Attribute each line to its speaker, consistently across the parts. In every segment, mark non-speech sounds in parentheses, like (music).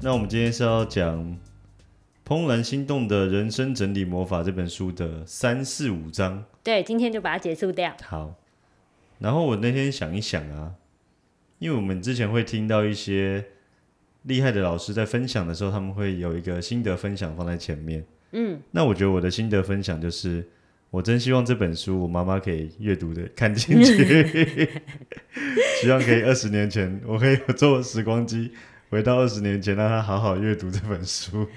Speaker 1: 那我们今天是要讲《怦然心动的人生整理魔法》这本书的三四五章。
Speaker 2: 对，今天就把它结束掉。
Speaker 1: 好，然后我那天想一想啊，因为我们之前会听到一些厉害的老师在分享的时候，他们会有一个心得分享放在前面。嗯，那我觉得我的心得分享就是，我真希望这本书我妈妈可以阅读的看进
Speaker 2: (laughs)
Speaker 1: 去，希望可以二十年前，我可以坐时光机回到二十年前，让她好好阅读这本书。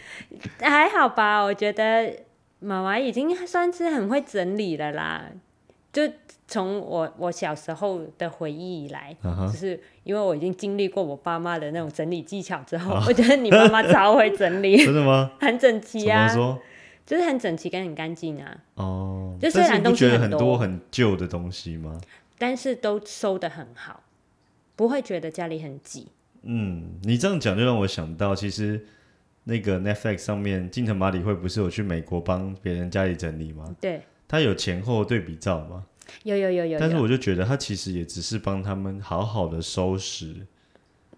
Speaker 2: 还好吧，我觉得妈妈已经算是很会整理了啦。就从我我小时候的回忆以来，
Speaker 1: 啊
Speaker 2: (laughs)
Speaker 1: 哈
Speaker 2: 就是因为我已经经历过我爸妈的那种整理技巧之后，
Speaker 1: 啊
Speaker 2: 我觉得你妈妈超会
Speaker 1: (laughs)
Speaker 2: 整理，
Speaker 1: 真的吗？
Speaker 2: 很整
Speaker 1: 怎
Speaker 2: 齐
Speaker 1: 么
Speaker 2: 啊，
Speaker 1: 说？
Speaker 2: 就是很整齐跟很干净啊，
Speaker 1: 哦，
Speaker 2: 就虽
Speaker 1: 但是
Speaker 2: 然
Speaker 1: 你不
Speaker 2: 东西
Speaker 1: 觉得
Speaker 2: 很
Speaker 1: 很多
Speaker 2: 多
Speaker 1: 很旧的东西吗？
Speaker 2: 但是都收的很好，不会觉得家里很挤。
Speaker 1: 嗯，你这样讲就让我想到，其实那个 Netflix 上面近藤麻里惠不是有去美国帮别人家里整理吗？
Speaker 2: 对，
Speaker 1: 他有前后对比照嘛？
Speaker 2: 有有有有
Speaker 1: 但是
Speaker 2: 有，
Speaker 1: 我就觉得他其实也只是帮他们好好的收拾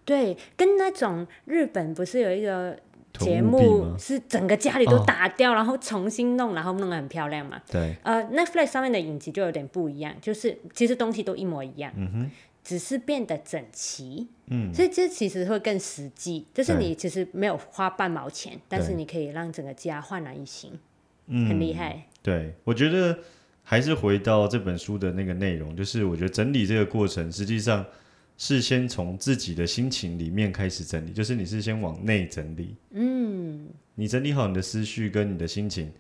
Speaker 2: 对，跟那种日本不是有一个
Speaker 1: 囤
Speaker 2: 节
Speaker 1: 物癖
Speaker 2: 目
Speaker 1: 吗？
Speaker 2: 是整个家里都
Speaker 1: 哦
Speaker 2: 打掉，然后重新弄，然后弄得很漂亮嘛。
Speaker 1: 对，
Speaker 2: 呃，Netflix 上面的影集就有点不一样，就是其实东西都一模一样，
Speaker 1: 嗯哼，
Speaker 2: 只是变得整齐，
Speaker 1: 嗯，
Speaker 2: 所以这其实会更实际。就是
Speaker 1: 对
Speaker 2: 你其实没有花半毛钱，但是
Speaker 1: 对
Speaker 2: 你可以让整个家焕然一新，
Speaker 1: 嗯
Speaker 2: 很厉害。
Speaker 1: 对，我觉得还是回到这本书的那个内容，就是我觉得整理这个过程，实际上是先从自己的心情里面开始整理，就是你是先往内整理，
Speaker 2: 嗯，
Speaker 1: 你整理好你的思绪跟你的心情，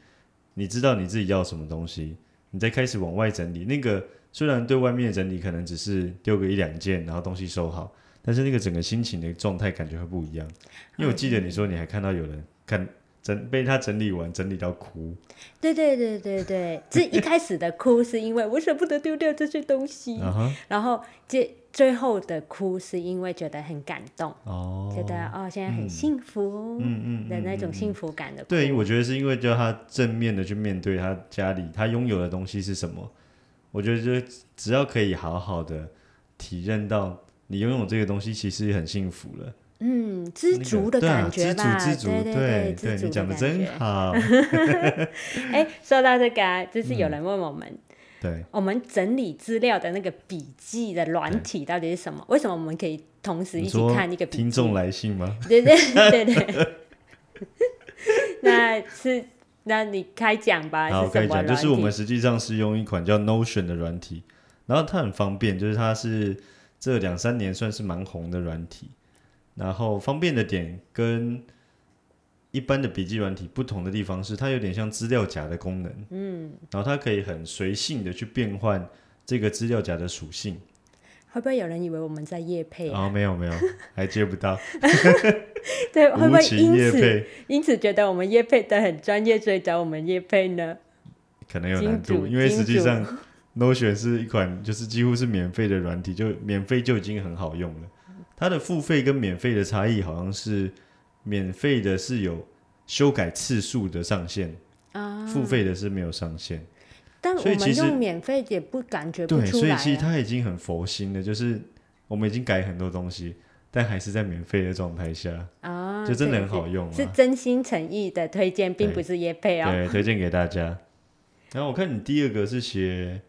Speaker 1: 你知道你自己要什么东西，你再开始往外整理。那个虽然对外面的整理可能只是丢个一两件，然后东西收好，但是那个整个心情的状态感觉会不一样。因为我记得你说你还看到有人看整被他整理完整理到哭，
Speaker 2: 对对对
Speaker 1: (laughs)
Speaker 2: 对对，这一开始的哭是因为我舍不得丢掉这些东西，
Speaker 1: 啊哈，
Speaker 2: 然后这最后的哭是因为觉得很感动，
Speaker 1: 哦，
Speaker 2: 觉得哦现在很幸福
Speaker 1: 嗯嗯
Speaker 2: 的那种幸福感的哭。
Speaker 1: 对，我觉得是因为叫他正面的去面对他家里他拥有的东西是什么。我觉得就只要可以好好的体认到你拥有这个东西，其实很幸福了。
Speaker 2: 嗯，
Speaker 1: 那
Speaker 2: 知
Speaker 1: 个
Speaker 2: 足的
Speaker 1: 对啊
Speaker 2: 感觉吧，
Speaker 1: 知足知足，对
Speaker 2: 对知足
Speaker 1: 你讲
Speaker 2: 的
Speaker 1: 的
Speaker 2: 感
Speaker 1: 真
Speaker 2: 觉。 (laughs)
Speaker 1: 好。
Speaker 2: 哎，说到这个、啊，就是
Speaker 1: 嗯
Speaker 2: 有人问我们，
Speaker 1: 对，
Speaker 2: 我们整理资料的那个笔记的软体到底是什么？为什么我们可以同时一
Speaker 1: 你
Speaker 2: 起
Speaker 1: 说
Speaker 2: 看一个笔记？
Speaker 1: 听众来信吗？
Speaker 2: 对对对对。
Speaker 1: (laughs)
Speaker 2: 那是，那你开讲吧，
Speaker 1: 好，我
Speaker 2: 是
Speaker 1: 跟
Speaker 2: 什
Speaker 1: 你
Speaker 2: 么
Speaker 1: 讲，
Speaker 2: 软
Speaker 1: 就是我
Speaker 2: 体
Speaker 1: 们实际上是用一款叫 Notion 的软体，然后它很方便，就是它是这两三年算是蛮红的软体，然后方便的点跟一般的笔记软体不同的地方是，它有点像资料夹的功能，嗯，然后它可以很随性的去变换这个资料夹的属性。
Speaker 2: 会不会有人以为我们在夜配啊？
Speaker 1: 哦，没有没有，还接不到，
Speaker 2: 对， (laughs) 会不
Speaker 1: 无
Speaker 2: 会
Speaker 1: 情
Speaker 2: 因
Speaker 1: 夜
Speaker 2: 此
Speaker 1: 配
Speaker 2: 因此觉得我们夜配的很专业，所以找我们夜配呢？
Speaker 1: 可能有
Speaker 2: 金
Speaker 1: 难
Speaker 2: 主
Speaker 1: 度，因为
Speaker 2: 金
Speaker 1: 实际
Speaker 2: 主
Speaker 1: 上 Notion 是一款就是几乎是免费的软体，就免费就已经很好用了。它的付费跟免费的差异好像是免费的是有修改次数的上限，
Speaker 2: 啊，
Speaker 1: 付费的是没有上限。
Speaker 2: 但我
Speaker 1: 所以其
Speaker 2: 们
Speaker 1: 实
Speaker 2: 用免费也不感觉不
Speaker 1: 对，
Speaker 2: 出
Speaker 1: 所
Speaker 2: 来、
Speaker 1: 以
Speaker 2: 啊。
Speaker 1: 其实它已经很佛心了，就是我们已经改很多东西，但还是在免费的状态下，
Speaker 2: 啊，
Speaker 1: 就真的
Speaker 2: 这
Speaker 1: 很好用啊。
Speaker 2: 是真心诚意的推荐，并
Speaker 1: 对
Speaker 2: 不是夜配哦。
Speaker 1: 对，推荐给大家。然后我看你第二个是写，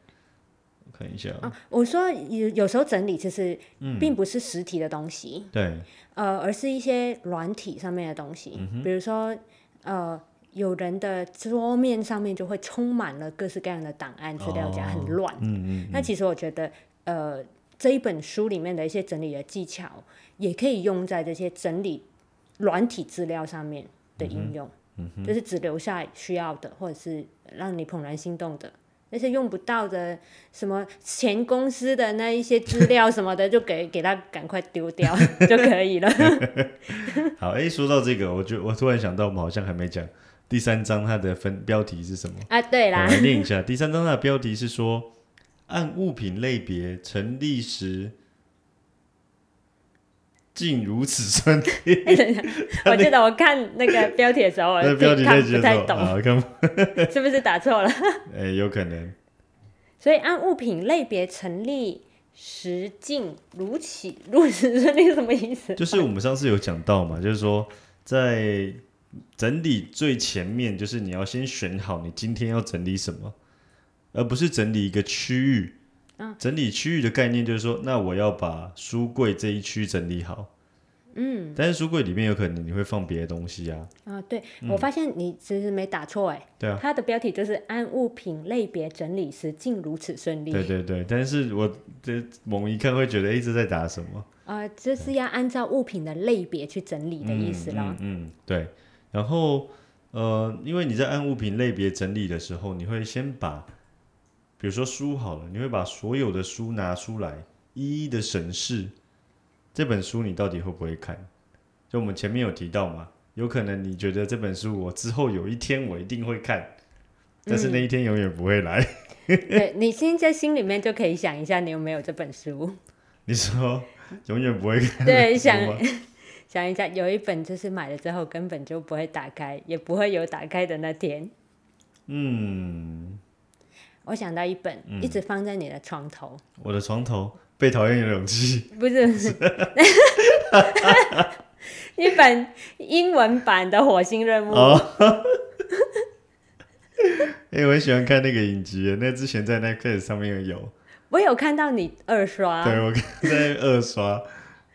Speaker 1: 我看一下，
Speaker 2: 啊，我说有有时候整理其实
Speaker 1: 嗯
Speaker 2: 并不是实体的东西，
Speaker 1: 对，
Speaker 2: 呃，而是一些软体上面的东西，
Speaker 1: 嗯
Speaker 2: 比如说呃，有人的桌面上面就会充满了各式各样的档案资料夹，很乱。
Speaker 1: 嗯嗯，
Speaker 2: 那其实我觉得，呃，这一本书里面的一些整理的技巧，也可以用在这些整理软体资料上面
Speaker 1: 嗯
Speaker 2: 的应用，就是只留下需要的，或者是让你怦然心动的。那些用不到的，什么前公司的那一些资料什么的，就给给他赶快丢
Speaker 1: (laughs)
Speaker 2: 掉就可以了。
Speaker 1: 好，哎、说到这个，我觉得我突然想到，我们好像还没讲第三章它的分标题是什么。
Speaker 2: 啊，对
Speaker 1: 我
Speaker 2: 啦，
Speaker 1: 来念一下，第三章它的标题是说，按物品类别成立时，竟如此算。
Speaker 2: (laughs) 我记得我看那个标题的时候，我
Speaker 1: 那嗯标
Speaker 2: 自
Speaker 1: 题在接
Speaker 2: 己看
Speaker 1: 受
Speaker 2: 不太
Speaker 1: 啊
Speaker 2: 懂，，
Speaker 1: 看，嗯
Speaker 2: 是不是打错了？
Speaker 1: 哎、有可能，
Speaker 2: 所以按物品类别成立实 (laughs) 境如起如此，这那个什么意
Speaker 1: (laughs)
Speaker 2: 思？
Speaker 1: 就是我们上次有讲到嘛，就是说在整理最前面，就是你要先选好你今天要整理什么，而不是整理一个区域。整理区域的概念就是说，那我要把书柜这一区整理好。嗯，但是书柜里面有可能你会放别的东西啊。
Speaker 2: 啊，对，我发现你其实没打错哎、
Speaker 1: 对啊，
Speaker 2: 它的标题就是“按物品类别整理时竟如此顺利”。
Speaker 1: 对对对，但是我这猛一看会觉得一直在打什么。
Speaker 2: 呃，这是要按照物品的类别去整理的意思啦。
Speaker 1: 嗯嗯嗯，对。然后呃，因为你在按物品类别整理的时候，你会先把，比如说书好了，你会把所有的书拿出来，一一的审视这本书你到底会不会看。就我们前面有提到嘛，有可能你觉得这本书我之后有一天我一定会看，但是那
Speaker 2: 嗯
Speaker 1: 一天永远不会来。 (laughs)
Speaker 2: 对你先在心里面就可以想一下，你有没有这
Speaker 1: (laughs)
Speaker 2: 本书？
Speaker 1: 你说永远不会看的
Speaker 2: (laughs) 对，
Speaker 1: 书
Speaker 2: 想
Speaker 1: 吗
Speaker 2: 想一下，有一本就是买了之后根本就不会打开，也不会有打开的那天。
Speaker 1: 嗯，
Speaker 2: 我想到一本，一直放在你的床头，
Speaker 1: 我的床头被讨厌的勇气，
Speaker 2: 不是 (laughs) 一本英文版的《火星任务》
Speaker 1: 哦 (laughs) 哎、我很喜欢看那个影集耶，那之前在 Netflix 上面有，
Speaker 2: 我有看到你二刷，
Speaker 1: 对我看在二刷，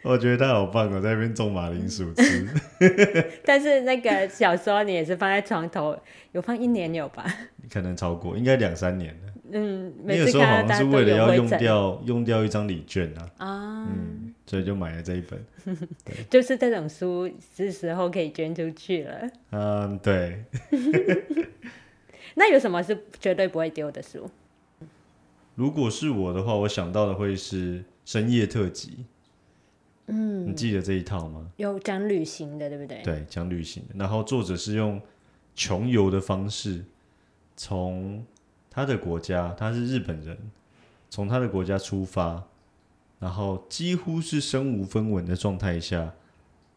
Speaker 1: 我觉得他好棒哦，在那边种马铃薯吃，
Speaker 2: (laughs) 但是那个小说你也是放在床头，有放一年有吧？
Speaker 1: 可能超过应该两三年了。
Speaker 2: 嗯，
Speaker 1: 那
Speaker 2: 每
Speaker 1: 个
Speaker 2: 次
Speaker 1: 时候好
Speaker 2: 看到
Speaker 1: 像
Speaker 2: 大家
Speaker 1: 是
Speaker 2: 都
Speaker 1: 为了
Speaker 2: 有
Speaker 1: 要
Speaker 2: 灰
Speaker 1: 用
Speaker 2: 尘
Speaker 1: 掉用掉一张礼券啊，
Speaker 2: 啊，
Speaker 1: 嗯，所以就买了这一本。
Speaker 2: 就是这种书是时候可以捐出去了。
Speaker 1: 嗯，对，
Speaker 2: 那有什么是绝对不会丢的书？
Speaker 1: 如果是我的话，我想到的会是深夜特辑，
Speaker 2: 嗯，
Speaker 1: 你记得这一套吗？
Speaker 2: 有讲旅行的，对不对？
Speaker 1: 对，讲旅行的。然后作者是用穷游的方式，从他的国家，他是日本人，从他的国家出发，然后几乎是身无分文的状态下，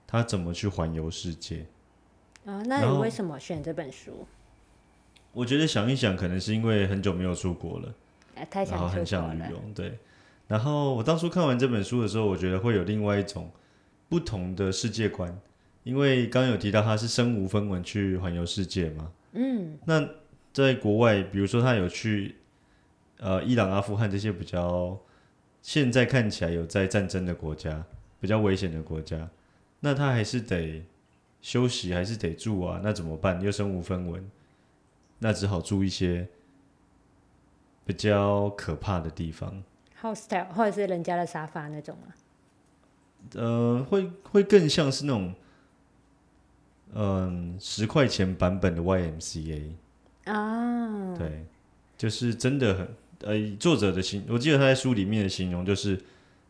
Speaker 1: 他怎么去环游世界？
Speaker 2: 啊，那
Speaker 1: 然
Speaker 2: 你
Speaker 1: 后
Speaker 2: 为什么选这本书？
Speaker 1: 我觉得想一想，可能是因为很久没有出国了，
Speaker 2: 啊、太
Speaker 1: 然后
Speaker 2: 想
Speaker 1: 很
Speaker 2: 出国
Speaker 1: 想旅
Speaker 2: 了。
Speaker 1: 游。对，然后我当初看完这本书的时候，我觉得会有另外一种不同的世界观，因为刚刚有提到他是身无分文去环游世界嘛。
Speaker 2: 嗯，
Speaker 1: 那在国外，比如说他有去呃伊朗、阿富汗这些比较现在看起来有在战争的国家，比较危险的国家，那他还是得休息，还是得住啊，那怎么办？又身无分文，那只好住一些比较可怕的地方。
Speaker 2: hostel 或者是人家的沙发那种啊。
Speaker 1: 呃，会会更像是那种，嗯、十块钱版本的 YMCA。
Speaker 2: 啊，
Speaker 1: 对，就是真的很呃，以作者的形，我记得他在书里面的形容就是，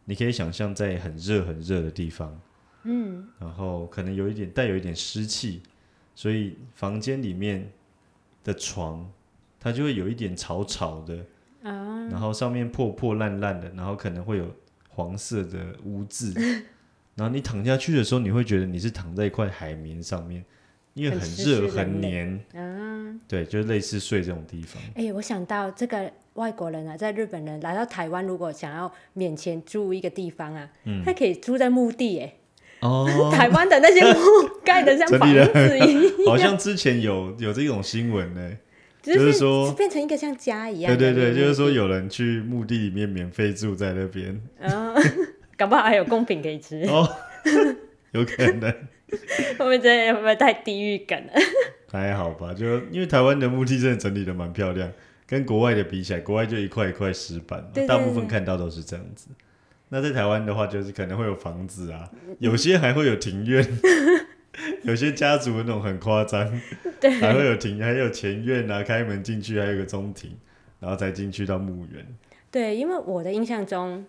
Speaker 1: 你可以想象在很热很热的地方，嗯，然后可能有一点带有一点湿气，所以房间里面的床它就会有一点潮潮的，啊，然后上面破破烂烂的，然后可能会有黄色的污
Speaker 2: (laughs)
Speaker 1: 渍。然后你躺下去的时候，你会觉得你是躺在一块海绵上面，因为
Speaker 2: 很
Speaker 1: 很
Speaker 2: 湿
Speaker 1: 热
Speaker 2: 湿
Speaker 1: 很
Speaker 2: 冷冷
Speaker 1: 黏，对，就是类似睡这种地方。
Speaker 2: 哎、我想到这个外国人啊，在日本人来到台湾，如果想要免钱住一个地方啊，他可以住在墓地哎、
Speaker 1: 嗯哦，
Speaker 2: 台湾的那些墓
Speaker 1: (laughs)
Speaker 2: 盖的像
Speaker 1: 整
Speaker 2: 房
Speaker 1: 理了
Speaker 2: 子
Speaker 1: (laughs)
Speaker 2: 一样，
Speaker 1: 好像之前有有这种新闻呢、
Speaker 2: 就是
Speaker 1: 就是说
Speaker 2: 变成一个像家一样
Speaker 1: 对
Speaker 2: 的
Speaker 1: 对
Speaker 2: 那个墓地。
Speaker 1: 对，就是说有人去墓地里面免费住在那边， (laughs)
Speaker 2: 嗯， (laughs) 搞不好还有贡品可以吃。
Speaker 1: 有可能 (laughs)
Speaker 2: (laughs) 我们这会不会太地狱梗啊 (laughs) 了？
Speaker 1: 还好吧？就因为台湾的墓地真的整理的蛮漂亮，跟国外的比起来，国外就一块一块石板嘛，
Speaker 2: 对对
Speaker 1: 大部分看到都是这样子。那在台湾的话，就是可能会有房子啊，
Speaker 2: 嗯
Speaker 1: 有些还会有庭
Speaker 2: (laughs)
Speaker 1: 院，有些家族那种很夸张，还会有庭，还有前院啊，开门进去还有个中庭，然后再进去到墓园。
Speaker 2: 对，因为我的印象中，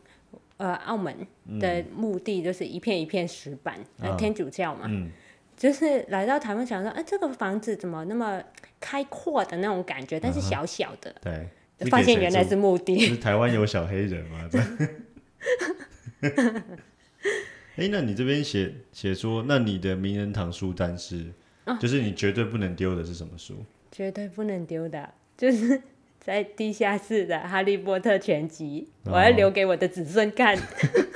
Speaker 2: 呃，澳门的墓地就是一片一片石板，呃
Speaker 1: 啊
Speaker 2: 天主教嘛，
Speaker 1: 嗯
Speaker 2: 就是来到台湾想说，哎、这个房子怎么那么开阔的那种感觉，但是小小的，
Speaker 1: 对，是
Speaker 2: 发
Speaker 1: 给
Speaker 2: 现
Speaker 1: 谁
Speaker 2: 原来
Speaker 1: 住
Speaker 2: 是墓
Speaker 1: 就
Speaker 2: 地。
Speaker 1: 是台湾有小黑人嘛？这样。哎、那你这边写写说，那你的名人堂书单是，
Speaker 2: 哦
Speaker 1: 就是你绝对不能丢的是什么书？
Speaker 2: (laughs) 绝对不能丢的，就是在地下室的《哈利波特》全集，我要
Speaker 1: 哦
Speaker 2: 留给我的子孙看。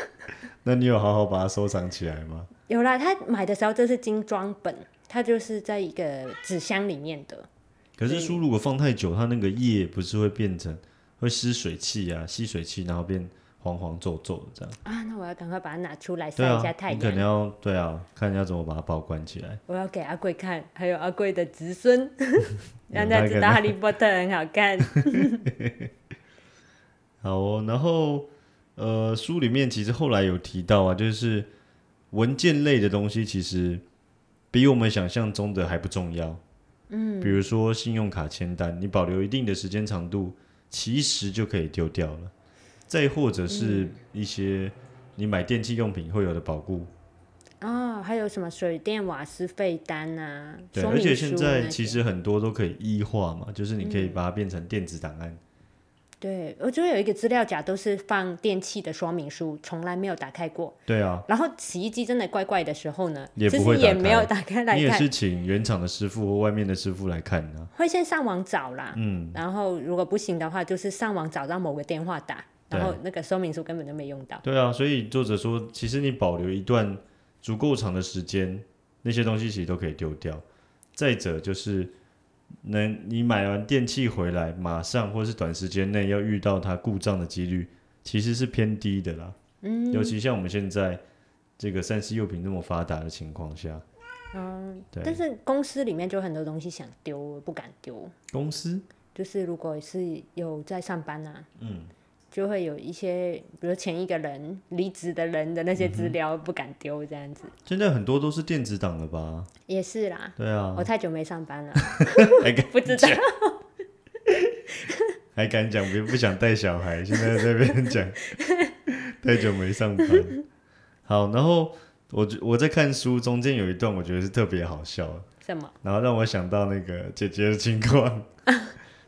Speaker 2: (laughs)
Speaker 1: 那你有好好把它收藏起来吗？
Speaker 2: 有啦，他买的时候这是精装本，它就是在一个纸箱里面的。
Speaker 1: 可是书如果放太久，它那个叶不是会变成会吸水气啊，吸水气，然后变黄黄皱皱的这样。
Speaker 2: 啊，那我要赶快把它拿出来晒
Speaker 1: 对
Speaker 2: 一下
Speaker 1: 啊，
Speaker 2: 太
Speaker 1: 你可
Speaker 2: 阳。
Speaker 1: 能要对啊，看要怎么把它保管起来。
Speaker 2: 我要给阿贵看，还有阿贵的
Speaker 1: (laughs)
Speaker 2: 子孙，让大家
Speaker 1: 有那
Speaker 2: 知
Speaker 1: 个 (laughs)
Speaker 2: 道《哈利波特》很好看。
Speaker 1: 好哦，然后呃，书里面其实后来有提到啊，就是文件类的东西其实比我们想象中的还不重要。嗯，比如说信用卡签单，你保留一定的时间长度，其实就可以丢掉了。再或者
Speaker 2: 嗯
Speaker 1: 是一些你买电器用品会有的保固，
Speaker 2: 哦，还有什么水电瓦斯费单啊？
Speaker 1: 对，
Speaker 2: 说
Speaker 1: 而
Speaker 2: 明
Speaker 1: 且现
Speaker 2: 书
Speaker 1: 在
Speaker 2: 那
Speaker 1: 其
Speaker 2: 些嗯
Speaker 1: 实很多都可以异化嘛，就是你可以把它变成电子档案。
Speaker 2: 对，我觉得有一个资料夹都是放电器的说明书，从来没有打开过。
Speaker 1: 对啊，
Speaker 2: 然后洗衣机真的怪怪的时候呢，
Speaker 1: 也
Speaker 2: 其
Speaker 1: 不
Speaker 2: 实
Speaker 1: 会
Speaker 2: 也
Speaker 1: 打
Speaker 2: 没有打开来
Speaker 1: 你也
Speaker 2: 看，
Speaker 1: 是请原厂的师傅或外面的师傅来看啊。
Speaker 2: 会先上网找啦。
Speaker 1: 嗯，
Speaker 2: 然后如果不行的话，就是上网找到某个电话打，
Speaker 1: 对
Speaker 2: 然后那个说明书根本就没用到。
Speaker 1: 对啊，所以作者说，其实你保留一段足够长的时间，那些东西其实都可以丢掉。再者就是，能你买完电器回来，马上或是短时间内要遇到它故障的几率，其实是偏低的啦。嗯，尤其像我们现在这个三 C 用品那么发达的情况下，
Speaker 2: 嗯，
Speaker 1: 对
Speaker 2: 但是公司里面就很多东西想丢不敢丢，
Speaker 1: 公司
Speaker 2: 就是如果是有在上班啊，
Speaker 1: 嗯，
Speaker 2: 就会有一些，比如前一个人离职的人的那
Speaker 1: 嗯
Speaker 2: 些资料不敢丢，这样子、
Speaker 1: 现在很多都是电子档了吧？
Speaker 2: 也是啦。
Speaker 1: 对啊，
Speaker 2: 我太久没
Speaker 1: (laughs)
Speaker 2: 上班了，
Speaker 1: 还敢
Speaker 2: 不知道。
Speaker 1: 还敢讲，别不想带小孩，现在在那边
Speaker 2: (laughs)
Speaker 1: 讲，太久没上班。好，然后我就我在看书，中间有一段我觉得是特别好笑的，
Speaker 2: (laughs) 什么？
Speaker 1: 然后让我想到那个姐姐的情
Speaker 2: (laughs)
Speaker 1: 况，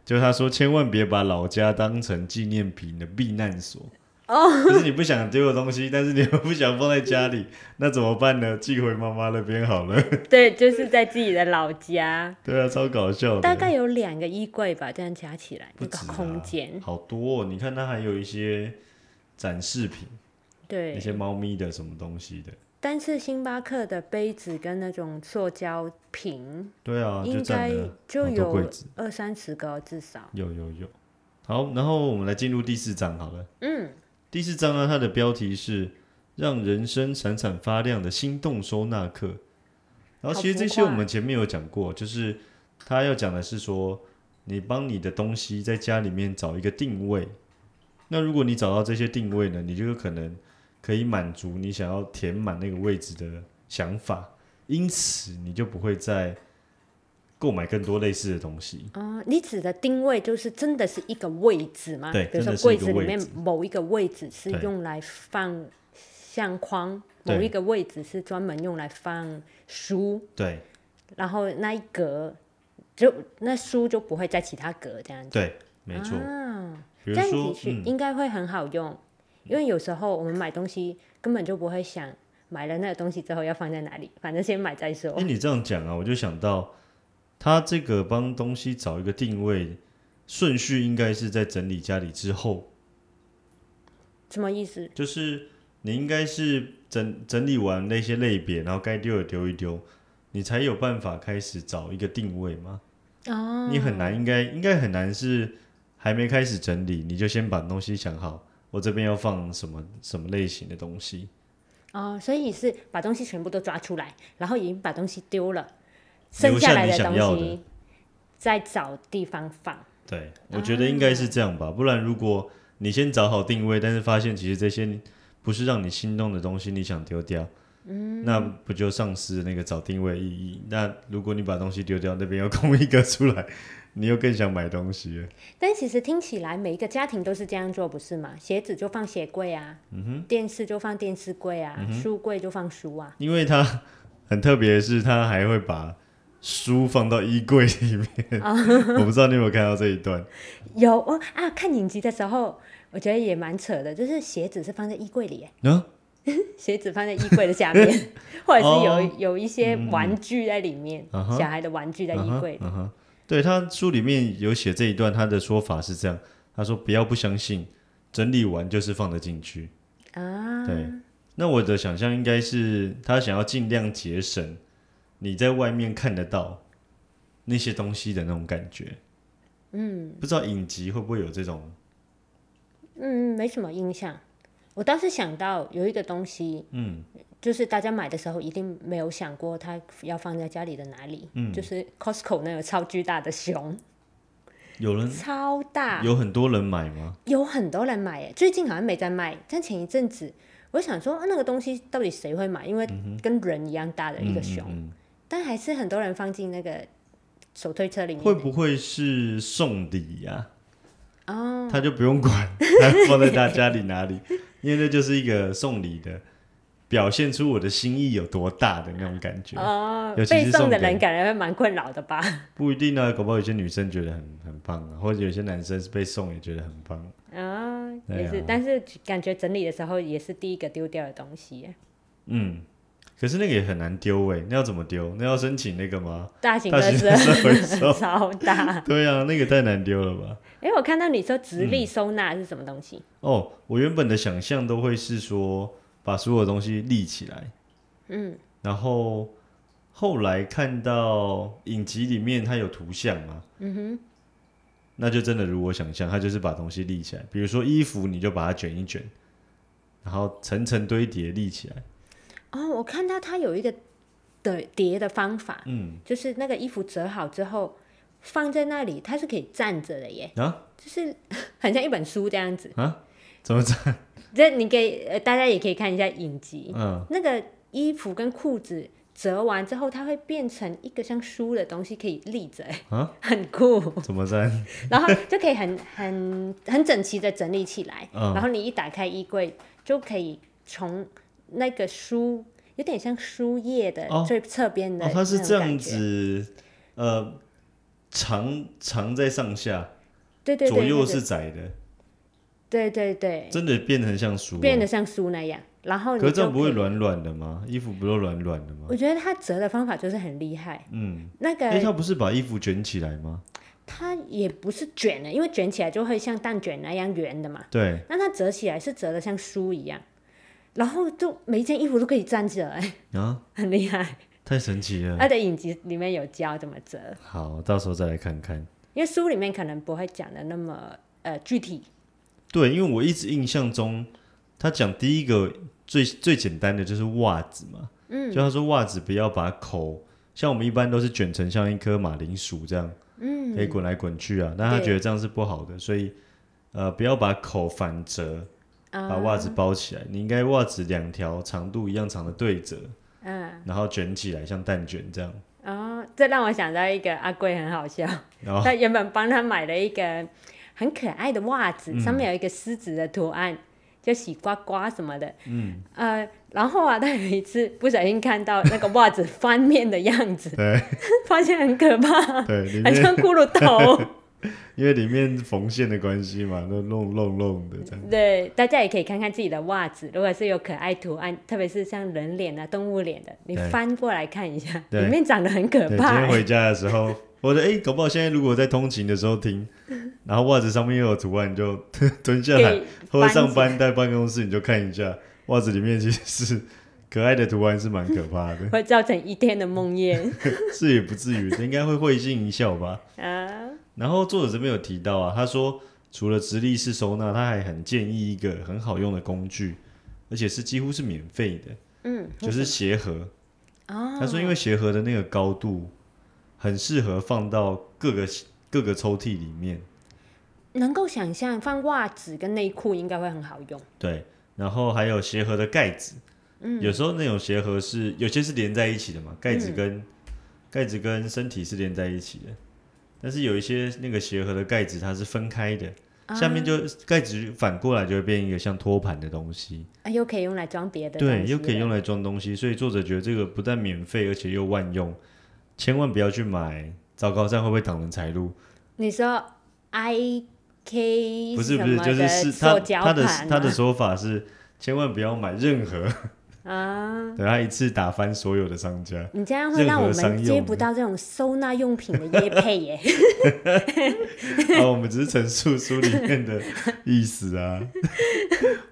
Speaker 1: 就是她说千万别把老家当成纪念品的避难所。哦，就是你不想丢的东西，但是你又不想放在家
Speaker 2: (laughs)
Speaker 1: 里，那怎么办呢？寄回妈妈那边好了。
Speaker 2: 对，就是在自己的老家，
Speaker 1: 对啊，超搞笑的。
Speaker 2: 大概有两个衣柜吧，这样加起来
Speaker 1: 不
Speaker 2: 那
Speaker 1: 止
Speaker 2: 个
Speaker 1: 啊、
Speaker 2: 空间。
Speaker 1: 好多、哦，你看它还有一些展示品，那
Speaker 2: 对，
Speaker 1: 些猫咪的什么东西的，
Speaker 2: 但是星巴克的杯子跟那种塑胶瓶，
Speaker 1: 对啊，就
Speaker 2: 应
Speaker 1: 占
Speaker 2: 该
Speaker 1: 了
Speaker 2: 就
Speaker 1: 好多柜
Speaker 2: 有
Speaker 1: 子，
Speaker 2: 二三十个哦至少。
Speaker 1: 有有有。好，然后我们来进入第四章好了。
Speaker 2: 嗯，
Speaker 1: 第四章呢，它的标题是“让人生闪闪发亮的心动收纳课”。然后其实这些
Speaker 2: 好浮
Speaker 1: 我
Speaker 2: 夸
Speaker 1: 们前面有讲过，就是他要讲的是说，你帮你的东西在家里面找一个定位。那如果你找到这些定位呢，你就有可能可以满足你想要填满那个位置的想法，因此你就不会再购买更多类似的东西。
Speaker 2: 哦，你指的定位就是真的是一个位置吗？
Speaker 1: 对
Speaker 2: 比如
Speaker 1: 真
Speaker 2: 说
Speaker 1: 的是一个
Speaker 2: 柜子里
Speaker 1: 位
Speaker 2: 面
Speaker 1: 置
Speaker 2: 某一个位置是
Speaker 1: 对
Speaker 2: 用来放相框，
Speaker 1: 对
Speaker 2: 某一个位置是专门用来放书，
Speaker 1: 对
Speaker 2: 然后那一格就那书就不会在其他格这样子。
Speaker 1: 对，没错。
Speaker 2: 啊，
Speaker 1: 比如
Speaker 2: 这样
Speaker 1: 说嗯
Speaker 2: 的，确应该会很好用，因为有时候我们买东西根本就不会想买了那个东西之后要放在哪里，反正先买再说
Speaker 1: 哎、。你这样讲啊，我就想到，他这个帮东西找一个定位顺序，应该是在整理家里之后，
Speaker 2: 什么意思？
Speaker 1: 就是你应该是整整理完那些类别，然后该丢的丢一丢，你才有办法开始找一个定位嘛。
Speaker 2: 哦，
Speaker 1: 你很难，应该应该很难是还没开始整理，你就先把东西想好，我这边要放什么什么类型的东西。
Speaker 2: 哦，所以是把东西全部都抓出来，然后已经把东西丢了，
Speaker 1: 留
Speaker 2: 剩下
Speaker 1: 下
Speaker 2: 来
Speaker 1: 你想要
Speaker 2: 东
Speaker 1: 的
Speaker 2: 西再找地方放。
Speaker 1: 对，我觉得应该是这样吧，不然如果你先找好定位，但是发现其实这些不是让你心动的东西，你想丢掉，嗯，那不就丧失那个找定位意义？那如果你把东西丢掉，那边又空一个出来，你又更想买东西了。
Speaker 2: 但其实听起来每一个家庭都是这样做，不是吗？鞋子就放鞋柜啊，
Speaker 1: 嗯
Speaker 2: 电视就放电视柜啊，书柜就放书啊。
Speaker 1: 因为它很特别的是，它还会把书放到衣柜里面。 (laughs) 我不知道你有没有看到这一段，
Speaker 2: 有哦啊，看影集的时候，我觉得也蛮扯的，就是鞋子是放在衣柜里耶，
Speaker 1: 啊，
Speaker 2: 鞋子放在衣柜的
Speaker 1: (laughs)
Speaker 2: 下面，或者是有、
Speaker 1: 哦
Speaker 2: 有一些玩具在里面，
Speaker 1: 嗯哼
Speaker 2: 小孩的玩具在衣柜里。
Speaker 1: 嗯哼嗯哼对他书里面有写这一段，他的说法是这样，他说不要不相信，整理完就是放得进去。
Speaker 2: 啊，
Speaker 1: 对，那我的想象应该是他想要尽量节省你在外面看得到那些东西的那种感觉。嗯，不知道影集会不会有这种？
Speaker 2: 嗯，没什么印象。我倒是想到有一个东西，嗯，就是大家买的时候一定没有想过它要放在家里的哪里，嗯，就是 Costco 那个超巨大的熊，
Speaker 1: 有人
Speaker 2: 超大，
Speaker 1: 嗯有很多人买吗？
Speaker 2: 有很多人买耶，最近好像没在卖，但前一阵子我想说、啊、那个东西到底谁会买？因为跟人一样大的一个熊，
Speaker 1: 嗯
Speaker 2: 但还是很多人放进那个手推车里面。
Speaker 1: 会不会是送礼呀、
Speaker 2: 哦，
Speaker 1: 他就不用管他放在他家里哪里， (laughs) 因为那就是一个送礼的，表现出我的心意有多大的那种感觉。
Speaker 2: 哦
Speaker 1: 尤，其是
Speaker 2: 被送的
Speaker 1: 送给
Speaker 2: 人感觉会蛮困扰的吧？
Speaker 1: 不一定啊，搞不好有些女生觉得很很棒啊，或者有些男生是被送也觉得很棒。
Speaker 2: 啊，
Speaker 1: 对
Speaker 2: 也是
Speaker 1: 啊，
Speaker 2: 但是感觉整理的时候也是第一个丢掉的东西耶，
Speaker 1: 嗯，可是那个也很难丢诶、那要怎么丢？那要申请那个吗？
Speaker 2: 大型
Speaker 1: 大
Speaker 2: 垃
Speaker 1: 型
Speaker 2: 圾
Speaker 1: 垃圾回收？
Speaker 2: 超大。
Speaker 1: (laughs) 对啊，那个太难丢了吧？
Speaker 2: 哎，我看到你说直立收纳是什么东西？
Speaker 1: 哦，我原本的想象都会是说把所有东西立起来，
Speaker 2: 嗯，
Speaker 1: 然后后来看到影集里面它有图像嘛，嗯哼，那就真的如我想象，它就是把东西立起来，比如说衣服，你就把它卷一卷，然后层层堆叠立起来，
Speaker 2: 哦，我看到它有一个的叠的方法，
Speaker 1: 嗯，
Speaker 2: 就是那个衣服折好之后放在那里，它是可以站着的耶，
Speaker 1: 啊
Speaker 2: 就是 (laughs) 很像一本书这样子。
Speaker 1: 啊，怎
Speaker 2: (laughs)
Speaker 1: 么这样？
Speaker 2: 这你给呃大家也可以看一下影集，
Speaker 1: 嗯，
Speaker 2: 那个衣服跟裤子折完之后，它会变成一个像书的东西，可以立着耶，
Speaker 1: 啊
Speaker 2: (laughs) 很酷。
Speaker 1: 怎么这样？
Speaker 2: 然后就可以很很很整齐的整理起来。
Speaker 1: 嗯
Speaker 2: 然后你一打开衣柜，就可以从那个书，有点像书页的
Speaker 1: 哦
Speaker 2: 最侧边的、
Speaker 1: 哦，它是这样，子，呃，长长在上下，
Speaker 2: 对对对，
Speaker 1: 左右
Speaker 2: 对
Speaker 1: 是窄的，
Speaker 2: 对对对，
Speaker 1: 真的变成像书、哦，
Speaker 2: 变得像书那样。然哦后你
Speaker 1: 可是这
Speaker 2: 就
Speaker 1: 样不会
Speaker 2: 可以。
Speaker 1: 软软的吗？衣服不都软软的吗？
Speaker 2: 我觉得他折的方法就是很厉害。
Speaker 1: 嗯，
Speaker 2: 那
Speaker 1: 哎、
Speaker 2: 个
Speaker 1: 他不是把衣服卷起来吗？
Speaker 2: 它也不是卷的，因为卷起来就会像蛋卷那样圆的嘛。
Speaker 1: 对，
Speaker 2: 那它折起来是折的像书一样，然后就每一件衣服都可以站起来， (laughs)
Speaker 1: 啊，
Speaker 2: 很厉害。
Speaker 1: 太神奇了。
Speaker 2: 他的影集里面有教怎么折，
Speaker 1: 好，到时候再来看看。
Speaker 2: 因为书里面可能不会讲的那么呃具体。
Speaker 1: 对，因为我一直印象中，他讲第一个最最简单的就是袜子嘛，嗯，就他说袜子不要把口，像我们一般都是卷成像一颗马铃薯这样，嗯，可以滚来滚去啊，但他
Speaker 2: 对
Speaker 1: 觉得这样是不好的，所以呃，不要把口反折，把袜子包起来，你应该袜子两条长度一样长的对折，嗯，然后卷起来像蛋卷这样，
Speaker 2: 哦，这让我想到一个阿贵很好笑，
Speaker 1: 然后
Speaker 2: 他原本帮他买了一个很可爱的袜子，上面有一个狮子的图案，就洗呱呱什么的。嗯，呃，然后啊，他有一次不小心看到那个袜子翻面的样子，
Speaker 1: 对
Speaker 2: (laughs) 发现很可怕，
Speaker 1: 对， (laughs) 里
Speaker 2: 很
Speaker 1: 面
Speaker 2: 像骷髅
Speaker 1: (laughs)
Speaker 2: 头。
Speaker 1: 因为里面缝线的关系嘛，都弄弄弄的这样，
Speaker 2: 对，大家也可以看看自己的袜子，如果是有可爱图案，特别是像人脸啊、动物脸的，你
Speaker 1: 对
Speaker 2: 翻过来看一下，
Speaker 1: 对
Speaker 2: 里面长得很可
Speaker 1: 对，今
Speaker 2: 怕、
Speaker 1: 天
Speaker 2: 欸。
Speaker 1: 回家的时候，我的哎、搞不好现在如果在通勤的时候听，然后袜子上面又有图案，你就 (laughs) 蹲下
Speaker 2: 可
Speaker 1: 来
Speaker 2: 以，
Speaker 1: 或者
Speaker 2: 哎翻
Speaker 1: 上
Speaker 2: 起，
Speaker 1: 班在办公室你就看一下，袜子里面其实是可爱的图案，是蛮可怕的
Speaker 2: (laughs) 会造成一天的
Speaker 1: (laughs)
Speaker 2: 梦魇
Speaker 1: 是也不至于，应该会会心一笑吧。
Speaker 2: 啊！
Speaker 1: 然后作者这边有提到啊，他说除了直立式收纳，他还很建议一个很好用的工具，而且是几乎是免费的，
Speaker 2: 嗯，
Speaker 1: 就是鞋盒。
Speaker 2: 哦，
Speaker 1: 他说因为鞋盒的那个高度很适合放到各个各个抽屉里面，
Speaker 2: 能够想象放袜子跟内裤应该会很好用。
Speaker 1: 对，然后还有鞋盒的盖子，嗯，有时候那种鞋盒是有些是连在一起的嘛，盖子跟、盖子跟身体是连在一起的，但是有一些那个鞋盒的盖子它是分开的，下面就盖子反过来就会变一个像托盘的东西，
Speaker 2: 啊，又可以用来装别的，
Speaker 1: 对，又可以用。来装东西，所以作者觉得这个不但免费，而且又万用，千万不要去买。糟糕，这样会不会挡人财路？
Speaker 2: 你说 I K
Speaker 1: 不是不是，就是是他
Speaker 2: 塑胶
Speaker 1: 他的
Speaker 2: 盘啊
Speaker 1: 他的
Speaker 2: 吗
Speaker 1: 说法是，千万不要买任何，
Speaker 2: 啊，
Speaker 1: 对他一次打翻所有的商家。 (laughs)
Speaker 2: 你这样会让我
Speaker 1: 任何商
Speaker 2: 们接
Speaker 1: 用
Speaker 2: 不
Speaker 1: 的
Speaker 2: 到这种收纳用品的业配
Speaker 1: (laughs)
Speaker 2: 耶。 (laughs)
Speaker 1: 啊，我们只是陈述书里 (laughs) 面的意思啊，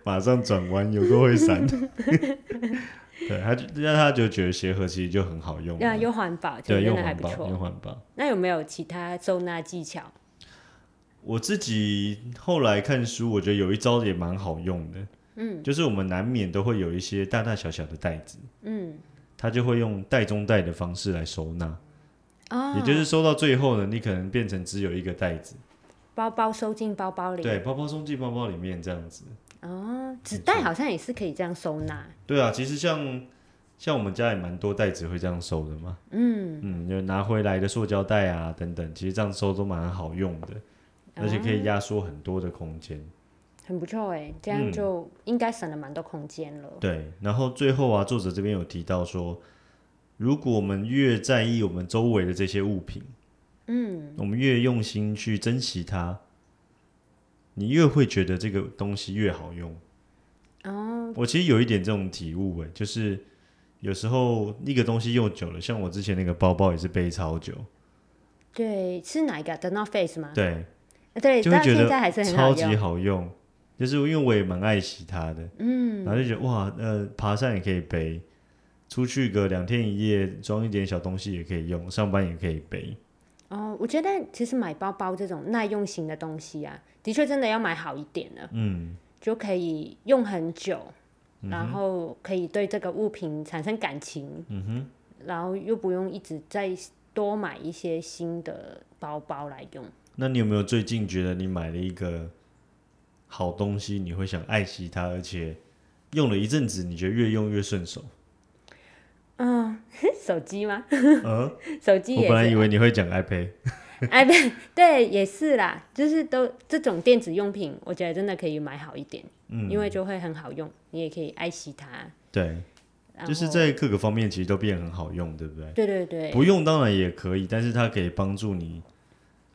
Speaker 1: 马上转弯，有个会闪。 (laughs) 对，他就让他就觉得鞋盒其实就很好用
Speaker 2: 那
Speaker 1: 了，
Speaker 2: 啊又环保，就
Speaker 1: 对，
Speaker 2: 真
Speaker 1: 用
Speaker 2: 的还
Speaker 1: 环
Speaker 2: 不
Speaker 1: 保，用
Speaker 2: 错。
Speaker 1: 环保。
Speaker 2: 那有没有其他收纳技巧？
Speaker 1: 我自己后来看书，我觉得有一招也蛮好用的，嗯，就是我们难免都会有一些大大小小的袋子，
Speaker 2: 嗯，
Speaker 1: 他就会用袋中袋的方式来收纳，
Speaker 2: 哦，
Speaker 1: 也就是收到最后呢，你可能变成只有一个袋子，
Speaker 2: 包包收进包包里。
Speaker 1: 对，包包送进包包里面这样子。
Speaker 2: 哦，纸袋好像也是可以这样收纳。
Speaker 1: 对啊，其实像像我们家也蛮多袋子会这样收的嘛，
Speaker 2: 嗯，
Speaker 1: 嗯，有拿回来的塑胶袋啊等等，其实这样收都蛮好用的，
Speaker 2: 啊
Speaker 1: 而且可以压缩很多的空间。
Speaker 2: 很不错哎，这样
Speaker 1: 嗯
Speaker 2: 就应该省了蛮多空间了。
Speaker 1: 对，然后最后啊，作者这边有提到说，如果我们越在意我们周围的这些物品，嗯，我们越用心去珍惜它，你越会觉得这个东西越好用。哦，我其实有一点这种体悟诶，就是有时候一个东西用久了，像我之前那个包包也是背超久，
Speaker 2: 对，是哪一个啊 The North Face 吗？
Speaker 1: 对，
Speaker 2: 啊对，
Speaker 1: 就会
Speaker 2: 到
Speaker 1: 觉
Speaker 2: 现在还
Speaker 1: 得
Speaker 2: 是很
Speaker 1: 超
Speaker 2: 好
Speaker 1: 级
Speaker 2: 用。
Speaker 1: 好用，就是因为我也蛮爱惜它的，嗯，然后就觉得哇，呃，爬山也可以背，出去个两天一夜，装一点小东西也可以用，上班也可以背，
Speaker 2: 哦，我觉得其实买包包这种耐用型的东西啊，的确真的要买好一点的，
Speaker 1: 嗯，
Speaker 2: 就可以用很久，然后可以对这个物品产生感情，嗯哼，然后又不用一直再多买一些新的包包来用。
Speaker 1: 那你有没有最近觉得你买了一个好东西，你会想爱惜它，而且用了一阵子，你觉得越用越顺
Speaker 2: (laughs)
Speaker 1: 手？
Speaker 2: 嗯， (laughs) 手机吗？
Speaker 1: 嗯，
Speaker 2: 手机
Speaker 1: 我
Speaker 2: 也
Speaker 1: 本来以
Speaker 2: 是，
Speaker 1: 为你会讲 iPad，
Speaker 2: 哎， (laughs) 不对，也是啦，就是都这种电子用品，我觉得真的可以买好一点，
Speaker 1: 嗯，
Speaker 2: 因为就会很好用，你也可以爱惜它。
Speaker 1: 对，
Speaker 2: 然
Speaker 1: 就是
Speaker 2: 后
Speaker 1: 在各个方面其实都变得很好用，对不对？
Speaker 2: 对对对，
Speaker 1: 不用当然也可以，但是它可以帮助你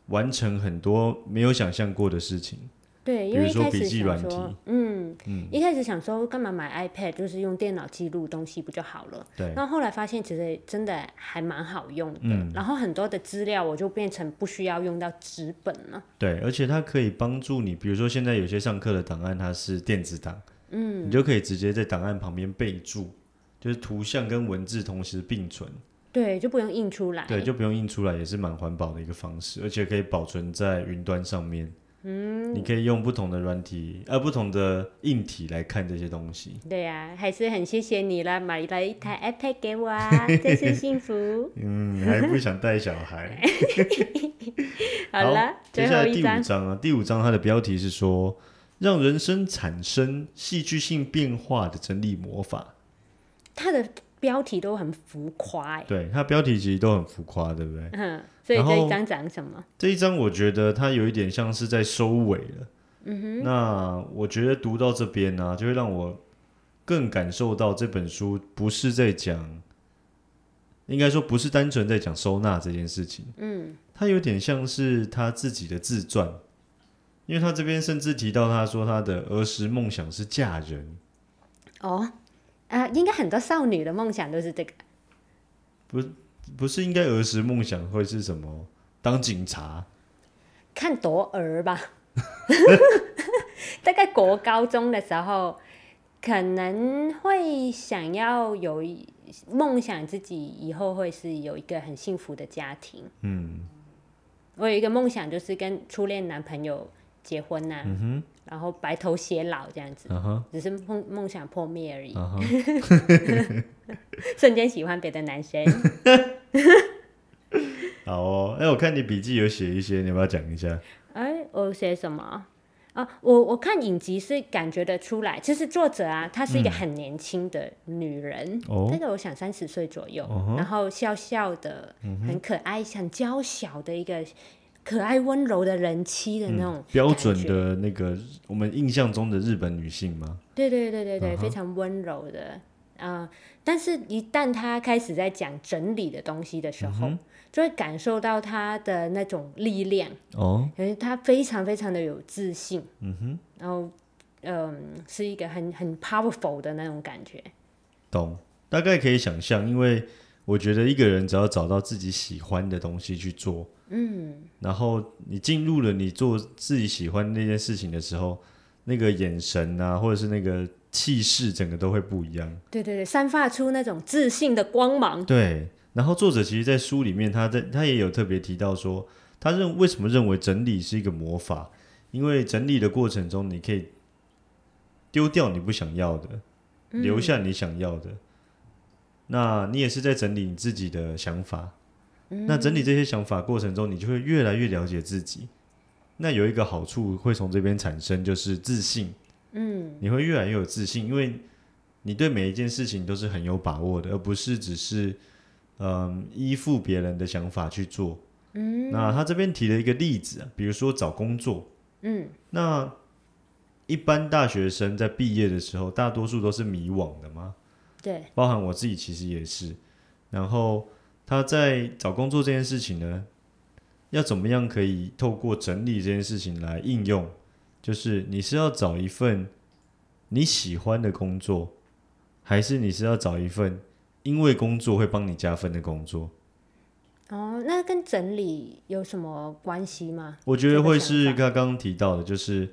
Speaker 1: 完成很多没有想象过的事情。
Speaker 2: 对，
Speaker 1: 比
Speaker 2: 因
Speaker 1: 如
Speaker 2: 为一
Speaker 1: 说
Speaker 2: 开
Speaker 1: 笔
Speaker 2: 始
Speaker 1: 记
Speaker 2: 想
Speaker 1: 软
Speaker 2: 说
Speaker 1: 体，
Speaker 2: 嗯，一开始想说干嘛买 iPad，就是用电脑记录东西不就好了？
Speaker 1: 对，嗯
Speaker 2: 然后后来发现其实真的还蛮好用的，然后很多的资料我就变成不需要用到纸本了。
Speaker 1: 对，而且它可以帮助你，比如说现在有些上课的档案它是电子档，嗯，你就可以直接在档案旁边备注，就是图像跟文字同时并存，
Speaker 2: 对，就不用印出来。
Speaker 1: 对，就不用印出来，也是蛮环保的一个方式，而且可以保存在云端上面。嗯，你可以用不同的软体，呃，不同的硬体来看这些东西。
Speaker 2: 对呀、还是很谢谢你啦，买了一台 iPad 给我 (laughs) 啊，真是幸福。
Speaker 1: 嗯，还不想带小孩。
Speaker 2: 好了，
Speaker 1: 接
Speaker 2: 最
Speaker 1: 下
Speaker 2: 后
Speaker 1: 来
Speaker 2: 一
Speaker 1: 第五
Speaker 2: 张，
Speaker 1: 章啊，第五章它的标题是说，让人生产生戏剧性变化的整理魔法。
Speaker 2: 它的标题都很浮夸、欸，
Speaker 1: 对，它标题其实都很浮夸，对不对？
Speaker 2: 嗯，所以
Speaker 1: 然
Speaker 2: 这
Speaker 1: 后
Speaker 2: 一张讲什么？
Speaker 1: 这一章我觉得它有一点像是在收尾了。嗯哼。那我觉得读到这边呢、就会让我更感受到这本书不是在讲，应该说不是单纯在讲收纳这件事情。嗯。它有点像是他自己的自传，因为他这边甚至提到他说他的儿时梦想是嫁人，
Speaker 2: 哦，啊、应该很多少女的梦想都是这个。
Speaker 1: 不是应该儿时梦想会是什么？当警察？
Speaker 2: 看多儿吧，大概国高中的时候，可能会想要有一梦想自己以后会是有一个很幸福的家庭。
Speaker 1: 嗯，
Speaker 2: 我有一个梦想就是跟初恋男朋友结婚呐、然后白头偕老这样子，
Speaker 1: 啊哈，
Speaker 2: 只是梦梦想破灭而已，
Speaker 1: 啊哈。
Speaker 2: (laughs) 瞬间喜欢别的男生。
Speaker 1: 好哦，哎、我看你笔记有写一些，你要不要讲一下？
Speaker 2: 哎，我写什么？啊，我我看影集是感觉得出来，其实作者啊，她是一个很年轻的女人，
Speaker 1: 哦
Speaker 2: 大概我想三十岁左右，
Speaker 1: 嗯哼
Speaker 2: 然后笑笑的，很可爱、很娇小的一个可爱温柔的人妻的那种、
Speaker 1: 嗯标准，的那个我们印象中的日本女性吗？
Speaker 2: 对对对对对，
Speaker 1: 嗯哼
Speaker 2: 非常温柔的。啊、但是，一旦她开始在讲整理的东西的时候，
Speaker 1: 嗯
Speaker 2: 就会感受到她的那种力量。
Speaker 1: 哦，
Speaker 2: 可是他非常非常的有自信，嗯哼，然后嗯，是一个很很 powerful 的那种感觉，
Speaker 1: 懂，大概可以想象，因为我觉得一个人只要找到自己喜欢的东西去做，嗯，然后你进入了你做自己喜欢那件事情的时候，那个眼神啊，或者是那个气势整个都会不一样。
Speaker 2: 对对对，散发出那种自信的光芒。
Speaker 1: 对，然后作者其实，在书里面，他在他也有特别提到说，他认为什么认为整理是一个魔法，因为整理的过程中，你可以丢掉你不想要的，留下你想要的。那你也是在整理你自己的想法。那整理这些想法过程中，你就会越来越了解自己。那有一个好处会从这边产生，就是自信。嗯，你会越来越有自信，因为你对每一件事情都是很有把握的，而不是只是嗯依附别人的想法去做。嗯，那他这边提了一个例子啊，比如说找工作。嗯，那一般大学生在毕业的时候，大多数都是迷惘的嘛，
Speaker 2: 对，
Speaker 1: 包含我自己其实也是。然后他在找工作这件事情呢，要怎么样可以透过整理这件事情来应用？就是你是要找一份你喜欢的工作，还是你是要找一份因为工作会帮你加分的工作？
Speaker 2: 哦，那跟整理有什么关系吗？
Speaker 1: 我觉得会是
Speaker 2: 这个想法
Speaker 1: 刚刚提到的，就是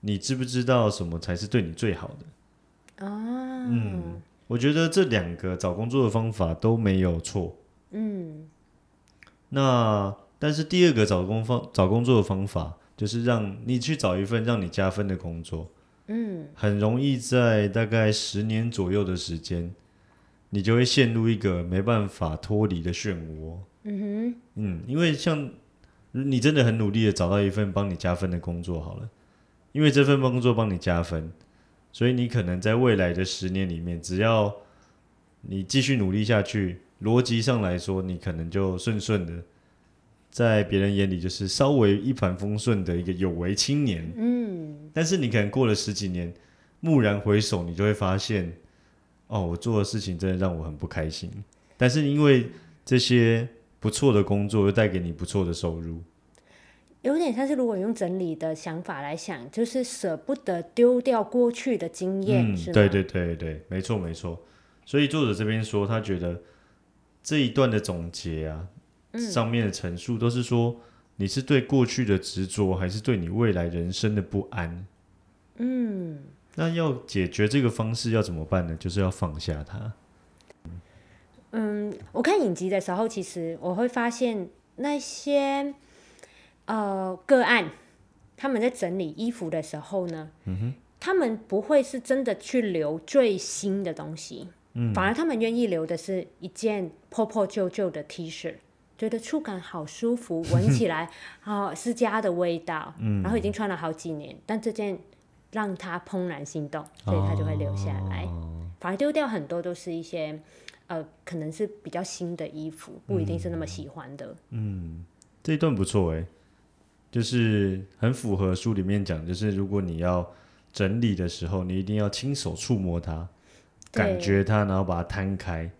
Speaker 1: 你知不知道什么才是对你最好的？嗯
Speaker 2: 啊，
Speaker 1: 我觉得这两个找工作的方法都没有错。嗯，那但是第二个找工方找工作的方法，就是让你去找一份让你加分的工作。嗯，很容易在大概十年左右的时间，你就会陷入一个没办法脱离的漩涡。嗯哼，嗯，因为像你真的很努力的找到一份帮你加分的工作好了，因为这份工作帮你加分，所以你可能在未来的十年里面，只要你继续努力下去，逻辑上来说，你可能就顺顺的，在别人眼里就是稍微一帆风顺的一个有为青年。嗯，但是你可能过了十几年，蓦然回首，你就会发现，哦，我做的事情真的让我很不开心。但是因为这些不错的工作，又带给你不错的收入。
Speaker 2: 有点像是如果用整理的想法来想，就是舍不得丢掉过去的经验，
Speaker 1: 嗯，
Speaker 2: 是吗？
Speaker 1: 对对对对，没错没错。所以作者这边说，他觉得这一段的总结啊，
Speaker 2: 嗯
Speaker 1: 上面的陈述都是说，你是对过去的执着，还是对你未来人生的不安？嗯，
Speaker 2: 嗯
Speaker 1: 那要解决这个方式要怎么办呢？就是要放下它。
Speaker 2: 嗯，我看影集的时候，其实我会发现那些呃个案，他们在整理衣服的时候呢，他们不会是真的去留最新的东西，反而他们愿意留的是一件破破旧旧的 T 恤。觉得触感好舒服，闻起来啊、是家的味道，然后已经穿了好几年，但这件让他怦然心动，所以他就会留下来。反而丢掉很多都是一些呃，可能是比较新的衣服，不一定是那么喜欢的。
Speaker 1: 这一段不错诶、欸就是很符合书里面讲，就是如果你要整理的时候，你一定要亲手触摸它，
Speaker 2: 对
Speaker 1: 感觉它，然后把它摊开，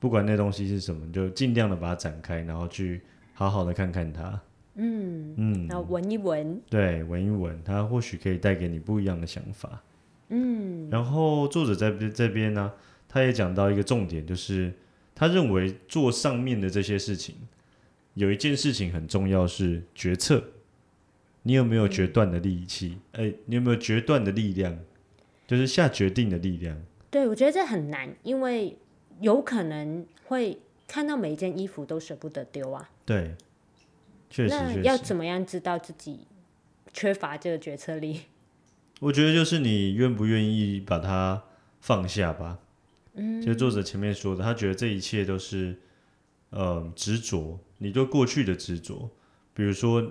Speaker 1: 不管那东西是什么，你就尽量的把它展开，然后去好好的看看它，嗯
Speaker 2: 然后闻一闻，
Speaker 1: 对，闻一闻，它或许可以带给你不一样的想法。嗯，然后作者在这这边呢、他也讲到一个重点，就是他认为做上面的这些事情，有一件事情很重要是决策。你有没有决断的力气？哎、你有没有决断的力量？就是下决定的力量。
Speaker 2: 对我觉得这很难，因为有可能会看到每一件衣服都舍不得丢啊。
Speaker 1: 对，确实
Speaker 2: 那
Speaker 1: 确
Speaker 2: 要
Speaker 1: 实，
Speaker 2: 怎么样知道自己缺乏这个决策力？ (laughs)
Speaker 1: 我觉得就是你愿不愿意把它放下吧。嗯，就是作者前面说的，他觉得这一切都是，呃，执着，你对过去的执着，比如说，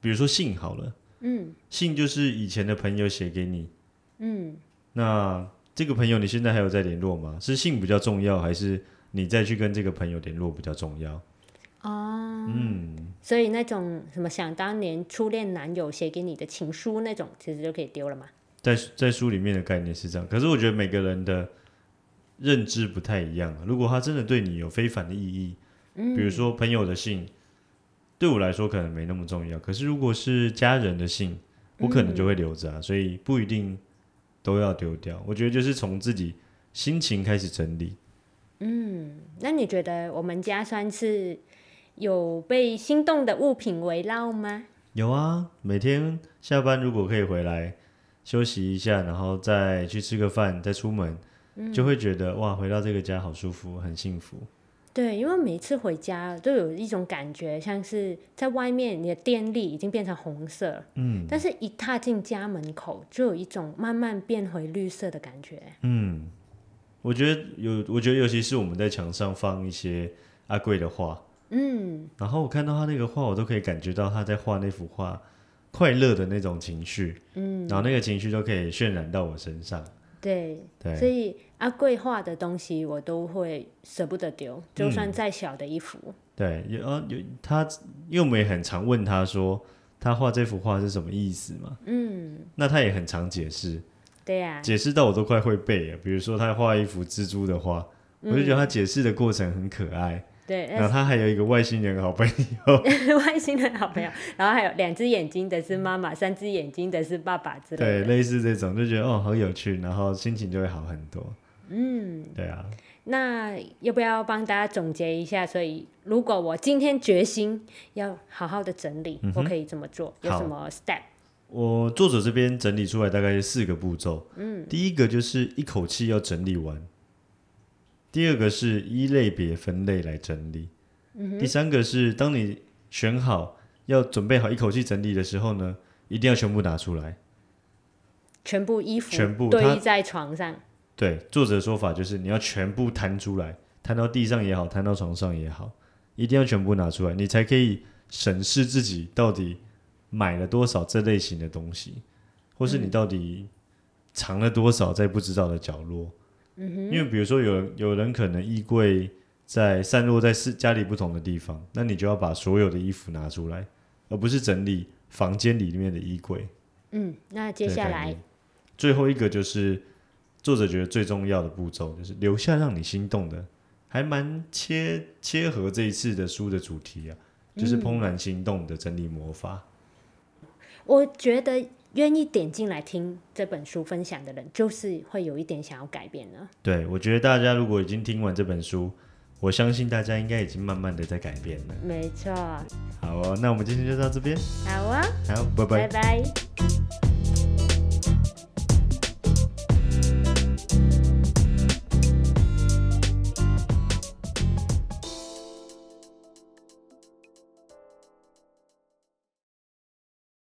Speaker 1: 比如说信好了，嗯，信就是以前的朋友写给你，嗯，那这个朋友你现在还有在联络吗？是信比较重要，还是你再去跟这个朋友联络比较重要？
Speaker 2: 所以那种什么想当年初恋男友写给你的情书那种，其实就可以丢了嘛。
Speaker 1: 在在书里面的概念是这样，可是我觉得每个人的认知不太一样啊。如果他真的对你有非凡的意义，比如说朋友的信，对我来说可能没那么重要。可是如果是家人的信，我可能就会留着啊，所以不一定都要丢掉。我觉得就是从自己心情开始整理。
Speaker 2: 那你觉得我们家算是有被心动的物品围绕吗？
Speaker 1: 有啊，每天下班如果可以回来，休息一下，然后再去吃个饭，再出门，就会觉得哇，回到这个家好舒服，很幸福。
Speaker 2: 对，因为每一次回家都有一种感觉，像是在外面你的电力已经变成红色，嗯，但是一踏进家门口，就有一种慢慢变回绿色的感觉。
Speaker 1: 嗯，我觉得有，我觉得尤其是我们在墙上放一些阿贵的画，
Speaker 2: 嗯，
Speaker 1: 然后我看到他那个画，我都可以感觉到他在画那幅画快乐的那种情绪，嗯，然后那个情绪都可以渲染到我身上，
Speaker 2: 对，
Speaker 1: 对，
Speaker 2: 所以阿贵画的东西我都会舍不得丢，就
Speaker 1: 嗯
Speaker 2: 算再小的一幅，
Speaker 1: 对，有啊有他，因为我们也很常问他说他画这幅画是什么意思嘛，
Speaker 2: 嗯，
Speaker 1: 那他也很常解释，
Speaker 2: 对呀、
Speaker 1: 解释到我都快会背了。比如说他画一幅蜘蛛的画，我就觉得他解释的过程很可爱。
Speaker 2: 对， (laughs)
Speaker 1: 然后他还有一个外星人好朋友，
Speaker 2: 外星人好朋友，然后还有两只眼睛的是妈妈，三只眼睛的是爸爸之类
Speaker 1: 对，
Speaker 2: 的。
Speaker 1: 类似这种就觉得哦好有趣，然后心情就会好很多。
Speaker 2: 嗯，
Speaker 1: 对啊，
Speaker 2: 那要不要帮大家总结一下？所以，如果我今天决心要好好的整理，我可以怎么做？有
Speaker 1: 嗯好
Speaker 2: 什么 step？
Speaker 1: 我作者这边整理出来大概是四个步骤。嗯，第一个就是一口气要整理完，第二个是依类别分类来整理，嗯、第三个是当你选好要准备好一口气整理的时候呢，一定要全部拿出来。
Speaker 2: 全部衣服
Speaker 1: 全部它
Speaker 2: 堆在床上，
Speaker 1: 对，作者的说法就是你要全部摊出来，摊到地上也好，摊到床上也好，一定要全部拿出来，你才可以审视自己到底买了多少这类型的东西，或是你到底藏了多少在不知道的角落。嗯哼，因为比如说有人有人可能衣柜在散落在是家里不同的地方，那你就要把所有的衣服拿出来，而不是整理房间里面的衣柜。
Speaker 2: 嗯，那接
Speaker 1: 这个
Speaker 2: 下
Speaker 1: 概
Speaker 2: 来
Speaker 1: 念，最后一个就是作者觉得最重要的步骤，就是留下让你心动的，还蛮切切合这一次的书的主题啊，就是
Speaker 2: 嗯
Speaker 1: 怦然心动的整理魔法。
Speaker 2: 我觉得愿意点进来听这本书分享的人，就是会有一点想要改变的。
Speaker 1: 对我觉得大家如果已经听完这本书，我相信大家应该已经慢慢的在改变了。
Speaker 2: 没错，
Speaker 1: 好哦，那我们今天就到这边，
Speaker 2: 好啊，
Speaker 1: 好，拜拜
Speaker 2: 拜拜